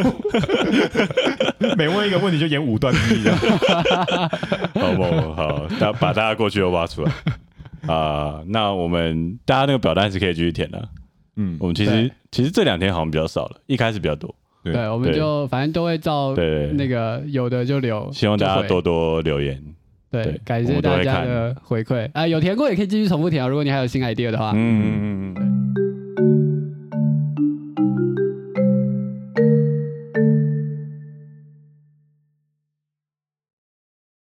[SPEAKER 2] <laughs> 每问一个问题就演五段记忆这样。
[SPEAKER 3] <laughs> 好不好？好，大把大家过去都
[SPEAKER 1] <laughs>
[SPEAKER 3] 挖出来啊、那我们大家那个表单是可以继续填的。啊
[SPEAKER 2] 嗯
[SPEAKER 3] 我，们其实
[SPEAKER 1] 对
[SPEAKER 3] 其实这两天好像比较少了，一开始比较多，
[SPEAKER 2] 对
[SPEAKER 1] 对，我们
[SPEAKER 3] 对
[SPEAKER 1] 就反正都会照
[SPEAKER 3] 对
[SPEAKER 1] 那个有的就留，
[SPEAKER 3] 希望大
[SPEAKER 1] 就
[SPEAKER 3] 家
[SPEAKER 1] 回
[SPEAKER 3] 多多留言。对
[SPEAKER 1] 对，感
[SPEAKER 3] 我
[SPEAKER 1] 谢
[SPEAKER 3] 们都会
[SPEAKER 1] 大家
[SPEAKER 3] 看
[SPEAKER 1] 啊的回馈啊，有填过也可以继续重复填哦，如果你还有新 idea 的话，
[SPEAKER 3] 嗯嗯嗯嗯。